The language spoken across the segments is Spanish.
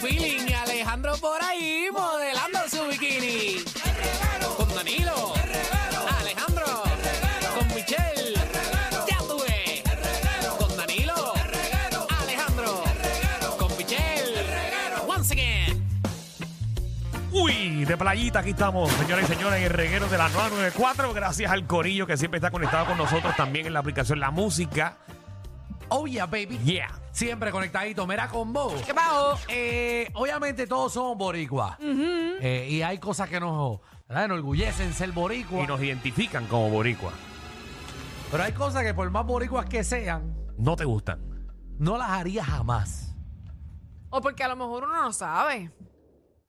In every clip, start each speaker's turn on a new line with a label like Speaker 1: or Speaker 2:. Speaker 1: feeling y Alejandro por ahí modelando su bikini. Con Danilo. Alejandro. Con Michelle. Ya tuve. Con Danilo. Alejandro. Con Michelle. Once again.
Speaker 2: Uy, de playita aquí estamos, señoras y señores, en el reguero de la 994. Gracias al Corillo que siempre está conectado con nosotros también en la aplicación La Música.
Speaker 3: Oh yeah, baby.
Speaker 2: Yeah.
Speaker 3: Siempre conectadito. Mira con vos.
Speaker 1: ¿Qué pasó?
Speaker 3: Eh, obviamente todos somos boricuas. Eh, y hay cosas que nos ¿verdad? enorgullecen ser boricuas.
Speaker 2: Y nos identifican como boricua.
Speaker 3: Pero hay cosas que por más boricuas que sean,
Speaker 2: No te gustan.
Speaker 3: no las harías jamás.
Speaker 4: O porque a lo mejor uno no sabe.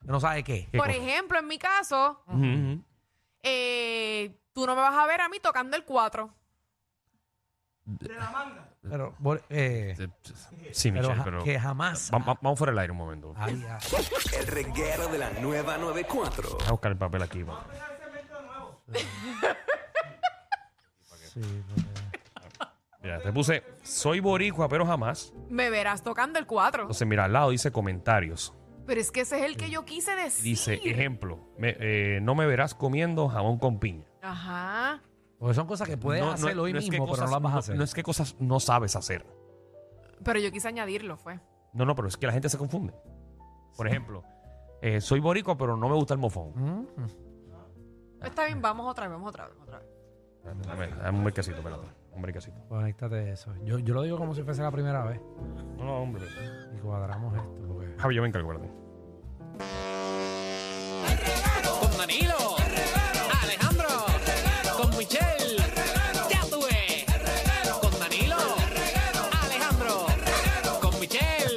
Speaker 3: No sabes qué.
Speaker 2: ¿Qué
Speaker 4: Por
Speaker 2: cosa?
Speaker 4: ejemplo, en mi caso,
Speaker 2: Ujú,
Speaker 4: eh, tú no me vas a ver a mí tocando el 4.
Speaker 3: Pero, bor- eh,
Speaker 2: ujú. Sí,
Speaker 3: pero
Speaker 2: Michelle,
Speaker 3: ja-
Speaker 2: pero.
Speaker 3: que jamás. Ah.
Speaker 2: Va- va- vamos fuera del aire un momento. Voy
Speaker 3: Ay, ay.
Speaker 5: El reguero de la nueva 94.
Speaker 2: a buscar el papel aquí. va. Mira, te puse, soy boricua, pero jamás.
Speaker 4: Me verás tocando el 4.
Speaker 2: Entonces, mira, al lado dice comentarios.
Speaker 4: Pero es que ese es el que yo quise decir.
Speaker 2: Dice, ejemplo, me- eh, no me verás comiendo jamón con piña.
Speaker 4: Ajá.
Speaker 3: Porque son cosas que puedes
Speaker 2: No, no,
Speaker 3: hacer hoy
Speaker 2: no es que
Speaker 3: mismo, pero
Speaker 2: cosas
Speaker 3: no las vas a
Speaker 2: no-
Speaker 3: hacer.
Speaker 2: no es que cosas no sabes hacer.
Speaker 4: Pero yo quise añadirlo, fue.
Speaker 2: No, no, pero es que la gente se confunde. Por ejemplo, eh, soy boricua, pero no me gusta el mofón.
Speaker 3: Mm.
Speaker 4: Pues Está
Speaker 2: Ah.
Speaker 4: bien, vamos otra vez, vamos otra vez, otra vez.
Speaker 2: Dame, dame- dame un brequecito, espérate. Un brequecito.
Speaker 3: Conéctate Pues, eso. Yo, yo lo digo como si fuese la primera vez.
Speaker 2: No, no, hombre. espérate.
Speaker 3: Y cuadramos esto. Porque...
Speaker 2: Javi, yo me encargo, espérate.
Speaker 1: Con Danilo. Alejandro. Con Michelle. Ya tuve. Con Danilo. Alejandro. Con Michelle.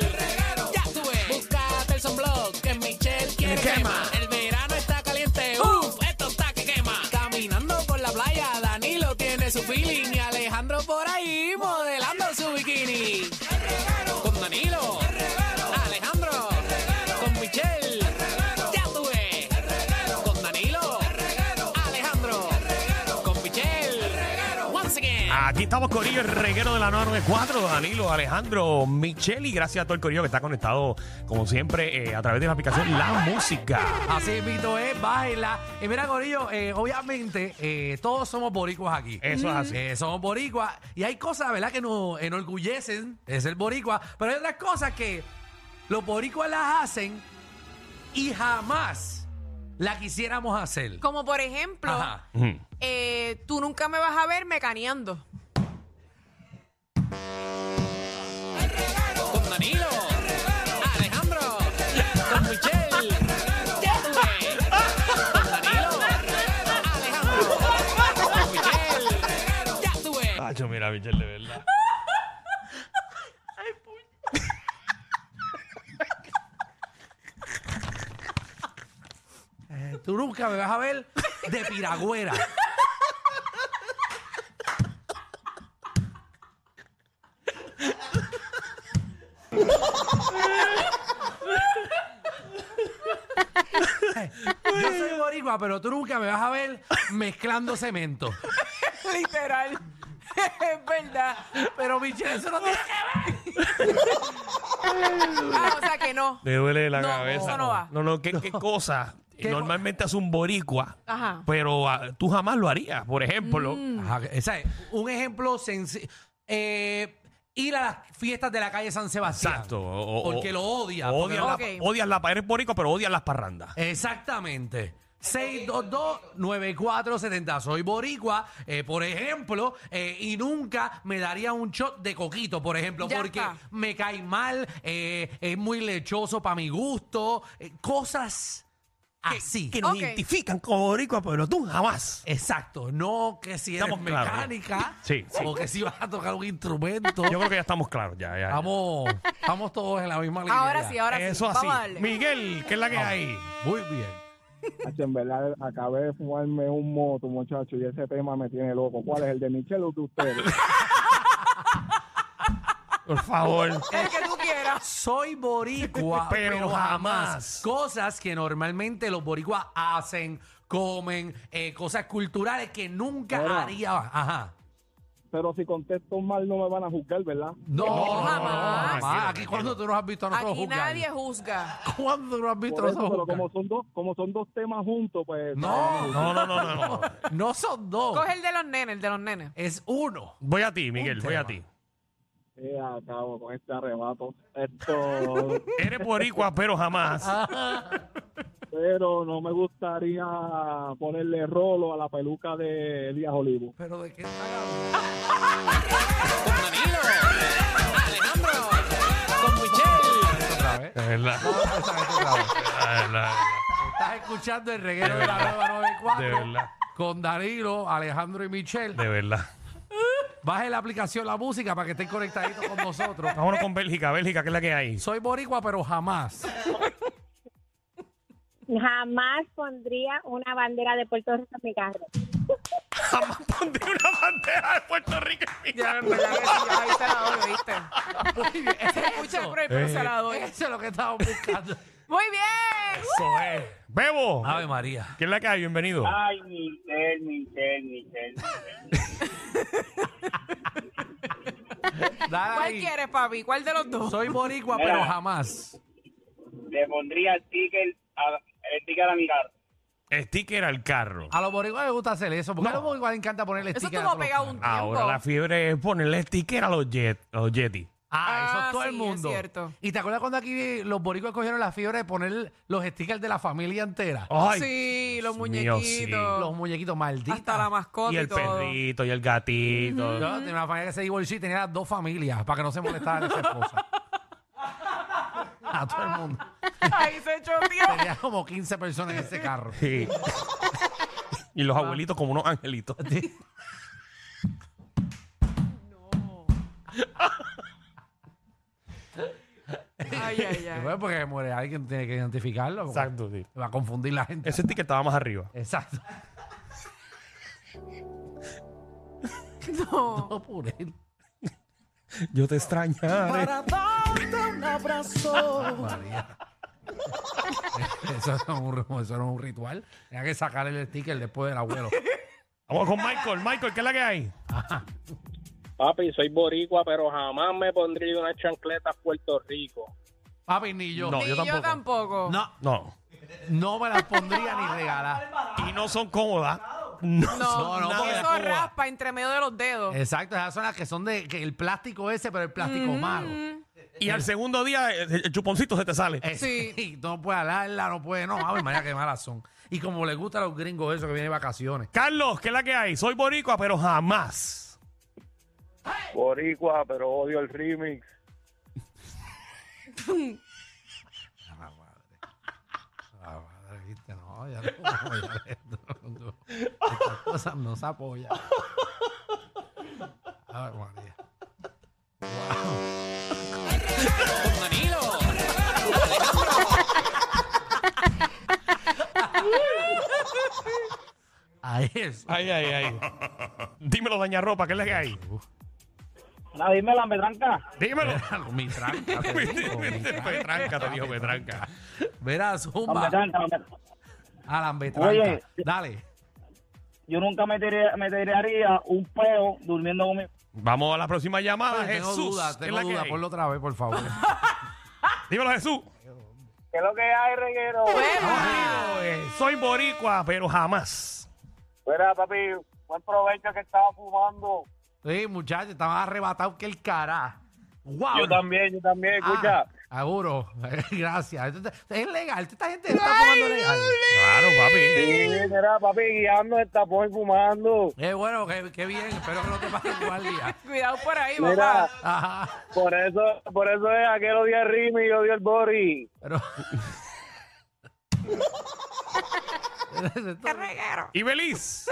Speaker 1: Ya tuve. Búscate el sunblock que Michelle quiere quema. El verano está caliente. Uf, esto está que quema. Caminando por la playa, Danilo tiene su feeling y Alejandro por ahí modelando su bikini. Con Danilo. Alejandro. Con Michelle. Ya tuve. Con Danilo. Alejandro. Con Michelle. Once again.
Speaker 2: Aquí estamos, Corillo, el reguero de la 994. Danilo, Alejandro, Michelle y gracias a todo el Corillo que está conectado, como siempre, eh, a través de la aplicación La Música.
Speaker 3: Así mito es, baila. Y mira, Corillo, eh, obviamente eh, todos somos boricuas aquí.
Speaker 2: Eso es así.
Speaker 3: Eh, somos boricuas y hay cosas, ¿verdad?, que nos enorgullecen de ser boricuas, pero hay otras cosas que los boricuas las hacen y jamás la quisiéramos hacer.
Speaker 4: Como por ejemplo,
Speaker 3: Ajá.
Speaker 2: Ujú.
Speaker 4: eh, tú nunca me vas a ver mecaneando.
Speaker 1: con Danilo, Alejandro, con Michelle, ya tuve. Con Danilo, Alejandro, con Michelle, ya tuve.
Speaker 2: Tacho, mira, Michelle, de verdad.
Speaker 3: Eh, Tú nunca me vas a ver de piragüera. Eh, Yo soy boricua, pero tú nunca me vas a ver mezclando cemento.
Speaker 4: Literal. es verdad.
Speaker 3: Pero Michelle, eso no tiene que
Speaker 4: Ah, o sea que no.
Speaker 2: Me duele la
Speaker 4: No,
Speaker 2: cabeza.
Speaker 4: eso no va.
Speaker 2: no, no, ¿qué, qué cosa?
Speaker 3: ¿Qué
Speaker 2: Normalmente hace un boricua,
Speaker 4: Ajá. Mm.
Speaker 2: pero ah, tú jamás lo harías, por ejemplo.
Speaker 3: ver. Ajá, esa es un ejemplo sencillo. ir a las fiestas de la calle San Sebastián.
Speaker 2: Exacto. o- o-
Speaker 3: Porque lo odia, porque
Speaker 2: Odias
Speaker 3: lo-
Speaker 2: la,
Speaker 4: Ok.
Speaker 2: odias la pa- eres boricua, pero odias las parrandas.
Speaker 3: Exactamente. 622-9470. Soy boricua, eh, por ejemplo, eh, y nunca me daría un shot de coquito, por ejemplo,
Speaker 4: Ya
Speaker 3: porque
Speaker 4: está.
Speaker 3: me cae mal, eh, es muy lechoso para mi gusto, eh, cosas así.
Speaker 2: Que nos
Speaker 4: Ok.
Speaker 2: identifican como boricua, pero tú jamás.
Speaker 3: Exacto, no que si eres
Speaker 2: Estamos claros,
Speaker 3: mecánica
Speaker 2: Sí, sí.
Speaker 3: o que si vas a tocar un instrumento.
Speaker 2: Yo creo que ya estamos claros. Ya, ya, ya.
Speaker 3: Vamos, vamos todos en la misma línea.
Speaker 4: Ahora
Speaker 3: ya.
Speaker 4: sí, ahora
Speaker 2: Eso
Speaker 4: sí.
Speaker 2: así.
Speaker 4: Vamos a darle.
Speaker 2: Miguel, ¿qué es la que hay?
Speaker 3: Muy bien.
Speaker 6: Hacho, en verdad, acabé de fumarme un moto, muchacho, y ese tema me tiene loco. ¿Cuál es el de Michelle o de ustedes?
Speaker 2: Por favor.
Speaker 4: El que tú quieras.
Speaker 3: Soy boricua,
Speaker 2: Pero
Speaker 3: pero, jamás.
Speaker 2: jamás.
Speaker 3: Cosas que normalmente los boricuas hacen, comen, eh, cosas culturales que nunca
Speaker 6: Mira.
Speaker 3: haría. Ajá.
Speaker 6: Pero si contesto mal no me van a juzgar, ¿verdad?
Speaker 3: No,
Speaker 4: No,
Speaker 3: jamás.
Speaker 4: jamás.
Speaker 3: Aquí cuando tú nos has visto a nosotros
Speaker 4: Aquí
Speaker 3: jugar.
Speaker 4: nadie juzga.
Speaker 3: ¿Cuándo tú nos has visto a
Speaker 6: Por eso,
Speaker 3: nosotros
Speaker 6: pero
Speaker 3: jugar?
Speaker 6: como son dos, como son dos temas juntos, pues
Speaker 3: No,
Speaker 2: No, no, no, no. no.
Speaker 3: no son dos.
Speaker 4: Coge el de los nenes, el de los nenes.
Speaker 3: Es uno.
Speaker 2: Voy a ti, Miguel,
Speaker 3: Un
Speaker 2: voy a
Speaker 3: tema.
Speaker 2: ti.
Speaker 6: eh, acabo con este arrebato. Esto,
Speaker 2: Eres boricua, pero jamás.
Speaker 6: pero no me gustaría ponerle rolo a la peluca de Díaz Olivo.
Speaker 3: Pero de qué está hablando?
Speaker 1: Con Danilo. Alejandro. Con Michelle.
Speaker 3: otra vez.
Speaker 2: Es verdad.
Speaker 3: Otra vez, otra vez.
Speaker 2: Es verdad.
Speaker 3: Estás escuchando el reguero de la nueva 94
Speaker 2: De verdad.
Speaker 3: con Danilo, Alejandro y Michelle.
Speaker 2: De verdad.
Speaker 3: Baje la aplicación La Música para que estén conectaditos con nosotros.
Speaker 2: Vámonos con Bélgica, Bélgica, que es la que hay.
Speaker 3: Soy boricua, pero jamás.
Speaker 7: Jamás pondría una bandera de Puerto Rico en mi carro.
Speaker 2: Jamás pondré una bandera de Puerto Rico en mi
Speaker 4: Ya,
Speaker 2: cara.
Speaker 4: en verdad que sí, ahí te la doy, ¿viste?
Speaker 3: Muy bien. Eso,
Speaker 4: Se escucha ¿eh? el pero se
Speaker 2: Eh.
Speaker 4: la doy.
Speaker 3: eso es lo que estamos buscando.
Speaker 4: Muy bien.
Speaker 2: Eso es. Bebo.
Speaker 3: Ave María.
Speaker 2: ¿Qué es la que hay? Bienvenido.
Speaker 8: Ay, Michelle, Michelle, Michelle.
Speaker 3: Dale
Speaker 4: ¿Cuál
Speaker 3: ahí.
Speaker 4: quieres, papi? ¿Cuál de los dos?
Speaker 3: Soy boricua, pero jamás.
Speaker 8: Le pondría el ticket a, el ticket a mi carro.
Speaker 2: Sticker al carro.
Speaker 3: A los boricuas les gusta hacer eso. Porque a los boricuas les encanta ponerle
Speaker 4: Eso
Speaker 3: sticker. a
Speaker 4: estuvo
Speaker 3: todos los
Speaker 4: pegado
Speaker 3: carros.
Speaker 4: un tiempo.
Speaker 2: Ahora la fiebre es ponerle sticker a los jet, a los Yeti.
Speaker 3: Ah, eso
Speaker 4: Ah,
Speaker 3: es todo el
Speaker 4: sí,
Speaker 3: mundo.
Speaker 4: es cierto.
Speaker 3: ¿Y te acuerdas cuando aquí los boricuas cogieron la fiebre de poner los stickers de la familia entera?
Speaker 2: Ay,
Speaker 4: sí, los
Speaker 2: Dios mío, ah,
Speaker 4: muñequitos.
Speaker 3: Los muñequitos malditos.
Speaker 4: Hasta la mascota
Speaker 2: y
Speaker 4: y,
Speaker 2: el
Speaker 4: todo.
Speaker 2: perrito y el gatito.
Speaker 3: Yo tenía una familia que se divorció y tenía las dos familias para que no se molestaran esa esposa. A todo el mundo.
Speaker 4: Ahí se choteó.
Speaker 3: Tenía como 15 personas en ese carro.
Speaker 2: Sí. y
Speaker 4: Ah.
Speaker 2: los abuelitos como unos angelitos.
Speaker 4: Ay, ay,
Speaker 3: Y
Speaker 4: ay.
Speaker 3: bueno, Pues, porque muere alguien tiene que identificarlo. porque
Speaker 2: Exacto, sí.
Speaker 3: Va a confundir la gente.
Speaker 2: Ese sticker estaba más arriba.
Speaker 3: Exacto.
Speaker 4: No.
Speaker 3: Todo por él.
Speaker 2: Yo te extrañaré.
Speaker 3: María. eso, era un, eso era un ritual. Tenía que sacarle el sticker después del abuelo.
Speaker 2: Vamos con Michael. Michael, ¿qué es la que hay?
Speaker 9: Papi, soy boricua, pero jamás me pondría una chancleta a Puerto Rico.
Speaker 3: Papi, ni yo.
Speaker 2: No,
Speaker 4: Ni
Speaker 2: yo tampoco.
Speaker 4: yo tampoco.
Speaker 3: No,
Speaker 2: No.
Speaker 3: no me las pondría ni regalar.
Speaker 2: Y no son cómodas. No.
Speaker 4: No,
Speaker 3: No, no,
Speaker 4: porque
Speaker 3: porque
Speaker 4: eso
Speaker 3: Cuba.
Speaker 4: raspa entre medio de los dedos.
Speaker 2: Eh,
Speaker 3: Exacto, esas son las que son de que el plástico ese, pero el plástico malo.
Speaker 2: Y al segundo día el, el chuponcito se te sale.
Speaker 3: Es-
Speaker 4: Sí.
Speaker 3: y no puede hablarla, no puede, no. Ave María, qué malas son. Y como les gusta a los gringos eso que vienen de vacaciones.
Speaker 2: Carlos, ¿qué es la que hay? Soy boricua, pero jamás.
Speaker 6: Boricua, pero odio el remix.
Speaker 3: Ah, madre, viste, No, ya no, ya no, no. Estas cosas no se apoyan. Ave María.
Speaker 1: Con Danilo.
Speaker 3: Ahí es.
Speaker 2: Ay, ay, ay. Dímelo, daña ropa, ¿qué es la que hay?
Speaker 8: Ahora dime la metranca.
Speaker 2: Dímelo.
Speaker 3: Mi tranca. te digo, mi tranca.
Speaker 2: Petranca, te dijo Petranca.
Speaker 3: Verá,
Speaker 8: La
Speaker 3: zumba.
Speaker 8: metranca, la metranca.
Speaker 3: Alan
Speaker 8: Oye.
Speaker 3: Betranca. Dale.
Speaker 8: Yo nunca me tiraría, me tiraría un peo durmiendo con mi...
Speaker 2: Vamos a la próxima llamada.
Speaker 3: Oye, tengo
Speaker 2: Jesús.
Speaker 3: dudas,
Speaker 2: ¿qué es
Speaker 3: tengo
Speaker 2: la que
Speaker 3: dudas.
Speaker 2: hay?
Speaker 3: Ponlo otra vez, por favor.
Speaker 2: Dímelo, Jesús.
Speaker 8: ¿Qué es lo que hay, reguero?
Speaker 4: Pues,
Speaker 2: Eh, Soy boricua, pero jamás.
Speaker 8: Espera, papi, buen provecho que estaba fumando.
Speaker 3: Sí, muchacho, está más arrebatado que el cara. ¡Wow!
Speaker 8: Yo también, yo también,
Speaker 3: Ah,
Speaker 8: escucha.
Speaker 3: Seguro. Gracias. Esto está- Es legal. Esta gente está fumando legal.
Speaker 2: Claro, papi.
Speaker 8: Sí, mira, papi, guiando el tapón y fumando.
Speaker 3: Qué Eh, bueno, qué, qué bien. Espero que no te pase igual día.
Speaker 4: Cuidado por ahí,
Speaker 8: Mira,
Speaker 4: papá.
Speaker 3: Ajá.
Speaker 8: por eso, por eso es aquel odia el Rimi y odio el Bori.
Speaker 3: Pero...
Speaker 4: Qué reguero.
Speaker 2: Y Belis.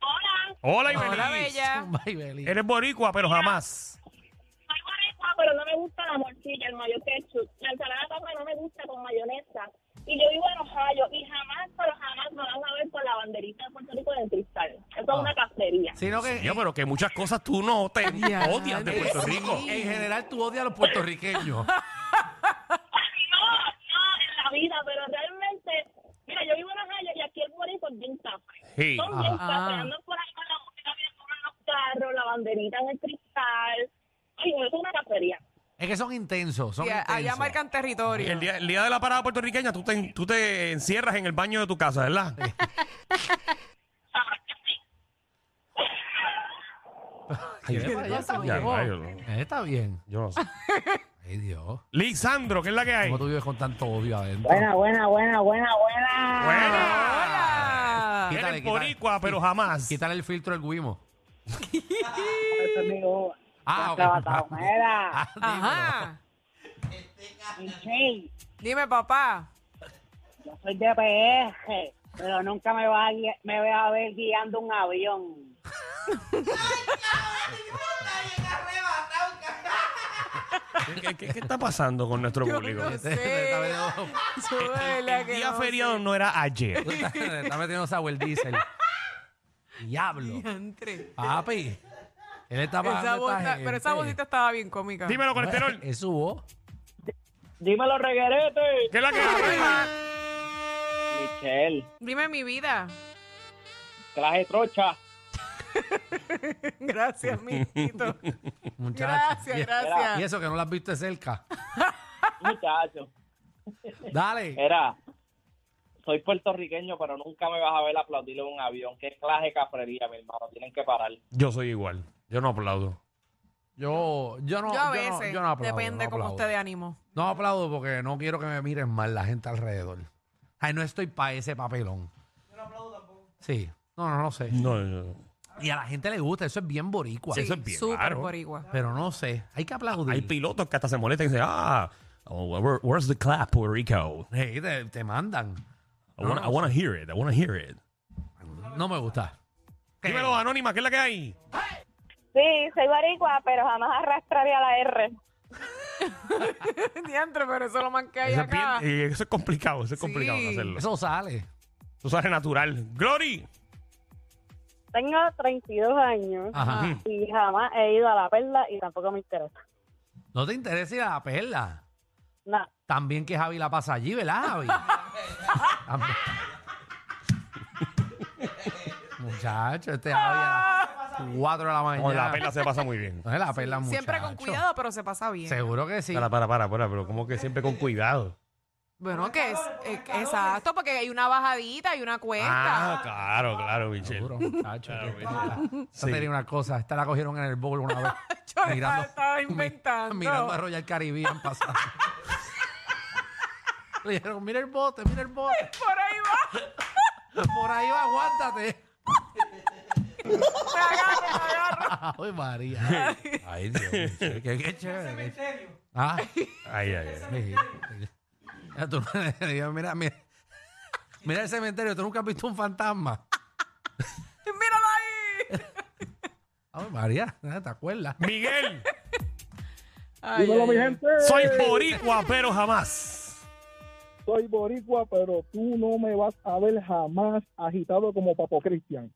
Speaker 7: Hola,
Speaker 2: Hola,
Speaker 4: Hola,
Speaker 2: Ibelis.
Speaker 4: bella.
Speaker 2: Eres boricua, pero jamás.
Speaker 7: soy boricua, pero no me gusta la morcilla, el mayo ketchup. La ensalada de papa no me gusta con mayonesa. Y yo vivo en Ohio y jamás, pero jamás me van a ver con la banderita de Puerto Rico en el cristal. Eso es una cacería.
Speaker 3: Sino que
Speaker 2: Yo, pero que muchas cosas tú no te
Speaker 4: Ya,
Speaker 2: odias de Puerto
Speaker 3: sí,
Speaker 2: Rico.
Speaker 3: En general, tú odias a los puertorriqueños.
Speaker 7: No, no, en la vida, pero realmente, mira, yo vivo en Ohio y aquí el boricua es bien cafre.
Speaker 2: Sí. Ah.
Speaker 7: Son bien
Speaker 4: Ajá.
Speaker 7: Ah. cafre, andan por ahí con la Natal. Ay, no, eso es una cacería.
Speaker 3: Es que son intensos, son
Speaker 4: Sí,
Speaker 3: intensos.
Speaker 4: allá marcan territorio.
Speaker 2: El día, el día de la parada puertorriqueña, tú te, tú te encierras en el baño de tu casa, ¿verdad? Ay,
Speaker 3: ¿Qué
Speaker 2: ya,
Speaker 3: le pasa,
Speaker 2: ya,
Speaker 3: viejo?
Speaker 2: ay, yo no-
Speaker 3: Eh, Está bien.
Speaker 2: yo no sé.
Speaker 3: Ay, Dios.
Speaker 2: Lisandro, ¿qué es la que hay?
Speaker 3: ¿Cómo tú vives con tanto odio adentro?
Speaker 7: Buena, buena, buena, buena, buena.
Speaker 2: ¡Buena!
Speaker 4: Ah,
Speaker 3: Quítale,
Speaker 2: Eres
Speaker 3: quítale.
Speaker 2: boricua, pero jamás.
Speaker 3: Quítale el filtro del Guimo.
Speaker 7: Eso es mi voz.
Speaker 3: Ah, ok.
Speaker 7: La batagomera.
Speaker 3: Ah,
Speaker 4: Ajá.
Speaker 7: Michelle,
Speaker 4: Dime, papá.
Speaker 7: yo soy de PR, pero nunca me vas a, guia- me vas a ver guiando un avión.
Speaker 2: ¿Qué- ¿Qué, qué- qué está pasando con nuestro
Speaker 4: Yo
Speaker 2: público?
Speaker 4: no
Speaker 2: El
Speaker 4: sé.
Speaker 3: dímelo. Está metiendo-
Speaker 4: Yo de verdad que
Speaker 2: Eh, día
Speaker 4: no
Speaker 2: feriado
Speaker 4: sé.
Speaker 2: no era ayer.
Speaker 3: Está metiendo Sour Diesel. Diablo.
Speaker 4: Diantre.
Speaker 3: Papi. Él está pagando
Speaker 4: Esa
Speaker 3: a
Speaker 4: voz
Speaker 3: esta
Speaker 4: está- pero esa
Speaker 3: gente.
Speaker 4: vocita estaba bien cómica.
Speaker 2: Dímelo, colesterol.
Speaker 3: Es su voz.
Speaker 9: Dímelo, reguerete.
Speaker 2: ¿Qué es la que hay?
Speaker 9: Michelle,
Speaker 4: Dime mi vida.
Speaker 9: clase trocha.
Speaker 4: Gracias, mijito.
Speaker 3: Muchacho.
Speaker 4: Gracias,
Speaker 3: Y-
Speaker 4: gracias.
Speaker 3: Y eso que no la has visto de cerca.
Speaker 9: Muchacho,
Speaker 3: Dale.
Speaker 9: era. Soy puertorriqueño, pero nunca me vas a ver aplaudir en un avión. Qué clase de cafrería, mi hermano. Tienen que parar.
Speaker 2: Yo soy igual. Yo no aplaudo.
Speaker 3: Yo, yo no,
Speaker 4: yo a
Speaker 3: yo no-
Speaker 4: veces.
Speaker 3: yo no aplaudo.
Speaker 4: depende
Speaker 3: no
Speaker 4: como
Speaker 3: aplaudo.
Speaker 4: usted de ánimo.
Speaker 3: No aplaudo porque no quiero que me miren mal la gente alrededor. Ay, no estoy para ese papelón. Yo no aplaudo tampoco. Sí. No, no, no sé.
Speaker 2: No, no, no.
Speaker 3: Y a la gente le gusta, eso es bien boricua.
Speaker 2: Sí. Eso es bien
Speaker 4: Súper
Speaker 2: raro.
Speaker 4: boricua.
Speaker 3: Pero no sé, hay que aplaudir.
Speaker 2: Hay pilotos que hasta se molestan y dicen, ah, oh, where- where's the clap, Puerto Rico?
Speaker 3: Sí, te, te mandan.
Speaker 2: I wanna, I wanna hear it, I wanna hear it.
Speaker 3: No me gusta.
Speaker 2: Dímelo, Anónima, ¿qué es la que hay?
Speaker 7: Sí, soy baricua, pero jamás arrastraría la R.
Speaker 4: Diantre, pero eso es lo más que hay
Speaker 2: Eso es,
Speaker 4: acá.
Speaker 2: bien- eh, eso es complicado, eso es
Speaker 4: Sí.
Speaker 2: complicado de hacerlo.
Speaker 3: Eso sale.
Speaker 2: Tú sabes natural. Glory.
Speaker 7: Tengo 32 años
Speaker 3: Ajá.
Speaker 7: y jamás he ido a la perla y tampoco me interesa.
Speaker 3: No te interesa ir a la perla.
Speaker 7: Nada.
Speaker 3: También que Javi la pasa allí, ¿verdad, Javi? También. Muchacho, este Javi a las 4 de la mañana.
Speaker 2: Con la perla se pasa muy bien.
Speaker 3: No es la perla, muchacho.
Speaker 4: Siempre con cuidado, pero se pasa bien.
Speaker 3: Seguro que sí.
Speaker 2: Para, para, para, para, pero como que siempre con cuidado.
Speaker 4: Bueno, que es, eh, exacto, porque hay una bajadita, hay una cuesta.
Speaker 2: Ah, claro, claro, Michelle.
Speaker 3: Seguro, muchacho. Esta
Speaker 2: Sí.
Speaker 3: tenía una cosa. Esta la cogieron en el bowl una vez.
Speaker 4: Yo la estaba inventando.
Speaker 3: Mirando a Royal Caribbean pasando. Le dijeron, mira el bote, mira el bote.
Speaker 4: Por ahí va.
Speaker 3: Por ahí va, aguántate.
Speaker 4: Me agarro, me agarro.
Speaker 3: Ay, María. Ay, Dios mío. Qué, qué chévere. Ah,
Speaker 2: Ay, ay, ay.
Speaker 3: sí. Ya tú- le digo, mira, mira. Mira el cementerio, tú nunca has visto un fantasma.
Speaker 4: Míralo ahí.
Speaker 3: Ay, María, ¿te acuerdas?
Speaker 2: Miguel,
Speaker 4: Ay,
Speaker 6: Dímelo,
Speaker 4: ay,
Speaker 6: mi
Speaker 4: ay.
Speaker 6: gente.
Speaker 2: soy boricua, pero jamás.
Speaker 6: Soy boricua, pero tú no me vas a ver jamás agitado como Papo Cristian.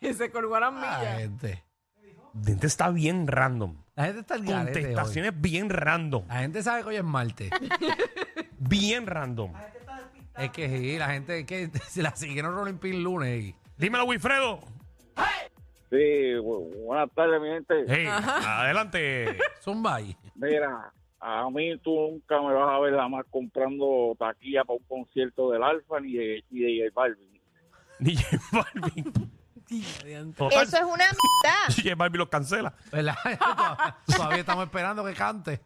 Speaker 4: Y se colgó a las
Speaker 3: La
Speaker 4: millas.
Speaker 3: gente.
Speaker 2: Gente está bien random.
Speaker 3: La gente está al garete hoy.
Speaker 2: Contestaciones bien random.
Speaker 3: La gente sabe que hoy es martes.
Speaker 2: Bien random.
Speaker 3: es que sí, la gente es que se la siguieron Rolling Pin lunes. y-
Speaker 2: Dímelo, Wilfredo.
Speaker 9: Sí, bu- buenas tardes, mi gente.
Speaker 2: Hey, adelante.
Speaker 3: Zumba ahí.
Speaker 9: Mira, a mí tú nunca me vas a ver nada más comprando taquilla para un concierto del Alfa ni de, ni de J Balvin.
Speaker 2: DJ Balvin. Total,
Speaker 10: Eso es una mitad.
Speaker 2: DJ Balvin los cancela.
Speaker 3: ¿Verdad? Todavía- Todavía estamos esperando que cante.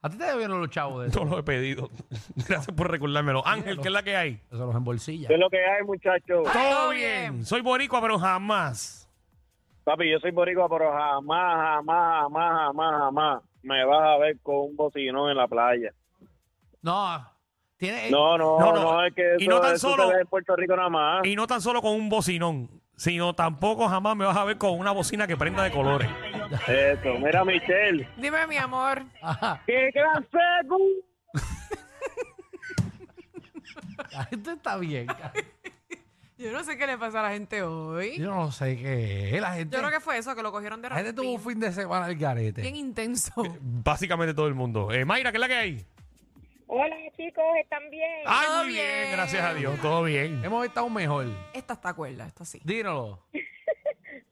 Speaker 3: ¿A ti te debieron los chavos de eso?
Speaker 2: No los he pedido. Gracias por recordármelo. Ángel, ¿qué es la que hay?
Speaker 3: Eso los embolsilla.
Speaker 9: ¿Qué es lo que hay, muchachos?
Speaker 2: Todo
Speaker 4: bien.
Speaker 2: bien. Soy boricua, pero jamás.
Speaker 9: Papi, yo soy boricua, pero jamás, jamás, jamás, jamás, jamás me vas a ver con un bocinón en la playa.
Speaker 3: No, tiene. eh,
Speaker 9: No, no,
Speaker 2: No,
Speaker 9: no,
Speaker 2: no.
Speaker 9: es que eso,
Speaker 2: Y no tan
Speaker 9: eso
Speaker 2: solo-
Speaker 9: se ve en Puerto Rico nada más.
Speaker 2: Y no tan solo con un bocinón, sino tampoco jamás me vas a ver con una bocina que prenda de colores.
Speaker 9: Eso, mira, Michelle.
Speaker 4: Dime, mi amor.
Speaker 3: Ajá.
Speaker 9: ¡Qué gran secu!
Speaker 3: La gente está bien.
Speaker 4: Yo no sé qué le pasa a la gente hoy.
Speaker 3: Yo no sé qué es. La gente,
Speaker 4: Yo creo que fue eso, que lo cogieron de
Speaker 3: la gente tuvo un
Speaker 4: raspín.
Speaker 3: fin de semana al garete.
Speaker 4: Bien intenso.
Speaker 2: Básicamente todo el mundo. Eh, Mayra, ¿qué es la que hay?
Speaker 7: Hola chicos, ¿están bien?
Speaker 3: Ah.
Speaker 2: Ay,
Speaker 4: Todo
Speaker 2: muy bien.
Speaker 4: bien.
Speaker 2: gracias a Dios, todo bien.
Speaker 3: Hemos estado mejor.
Speaker 4: Esta está cuerda, esta sí.
Speaker 3: Díralo.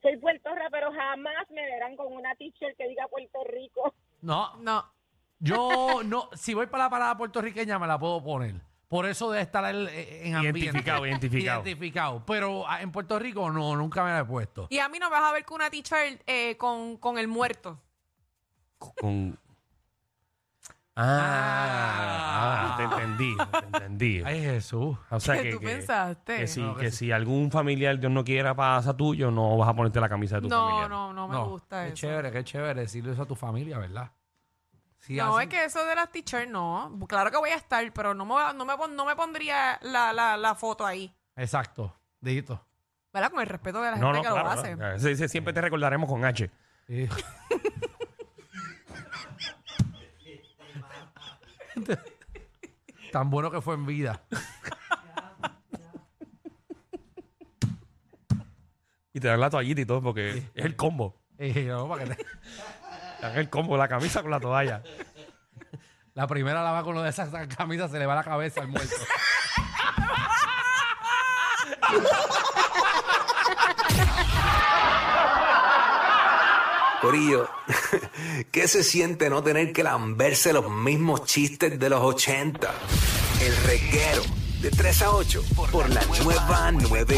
Speaker 7: Soy puertorriqueña pero jamás me verán con una t-shirt que diga Puerto Rico.
Speaker 3: No,
Speaker 4: No.
Speaker 3: yo no, si voy para la parada puertorriqueña me la puedo poner. Por eso debe estar el- en ambiente.
Speaker 2: Identificado, identificado.
Speaker 3: Identificado. Pero ah, en Puerto Rico no, nunca me la he puesto.
Speaker 4: Y a mí no me vas a ver con una t-shirt eh, con, con el muerto.
Speaker 2: Con-
Speaker 3: Ah,
Speaker 2: Ah, te entendí, te entendí.
Speaker 3: Ay, Jesús.
Speaker 2: O sea
Speaker 4: ¿Qué
Speaker 2: que,
Speaker 4: tú
Speaker 2: que-
Speaker 4: pensaste?
Speaker 2: que si,
Speaker 3: No, que
Speaker 2: que si algún familiar Dios no quiera pasa tuyo, no vas a ponerte la camisa de tu
Speaker 4: No,
Speaker 2: familiar.
Speaker 4: no, no me gusta
Speaker 3: qué
Speaker 4: eso.
Speaker 3: chévere, qué chévere decirle eso a tu familia, ¿verdad? Si
Speaker 4: No,
Speaker 3: hacen-
Speaker 4: es que eso de las t-shirts, no. Claro que voy a estar, pero no me, va- no me, pon- no me pondría la, la, la foto ahí.
Speaker 3: Exacto, Dito.
Speaker 4: ¿Verdad? Con el respeto de la gente
Speaker 2: no, no,
Speaker 4: que
Speaker 2: claro,
Speaker 4: lo hace.
Speaker 2: claro. Se dice, siempre te recordaremos con H.
Speaker 3: Sí. Tan bueno que fue en vida.
Speaker 2: Y te dan la toallita y todo, porque es el combo.
Speaker 3: Eh, no, para que te-
Speaker 2: Te dan el combo, la camisa con la toalla.
Speaker 3: La primera la va con lo de esas camisas, se le va la cabeza al muerto.
Speaker 5: Corillo, ¿qué se siente no tener que lamberse los mismos chistes de los 80? El reguero de 3 a 8 por la nueva 9.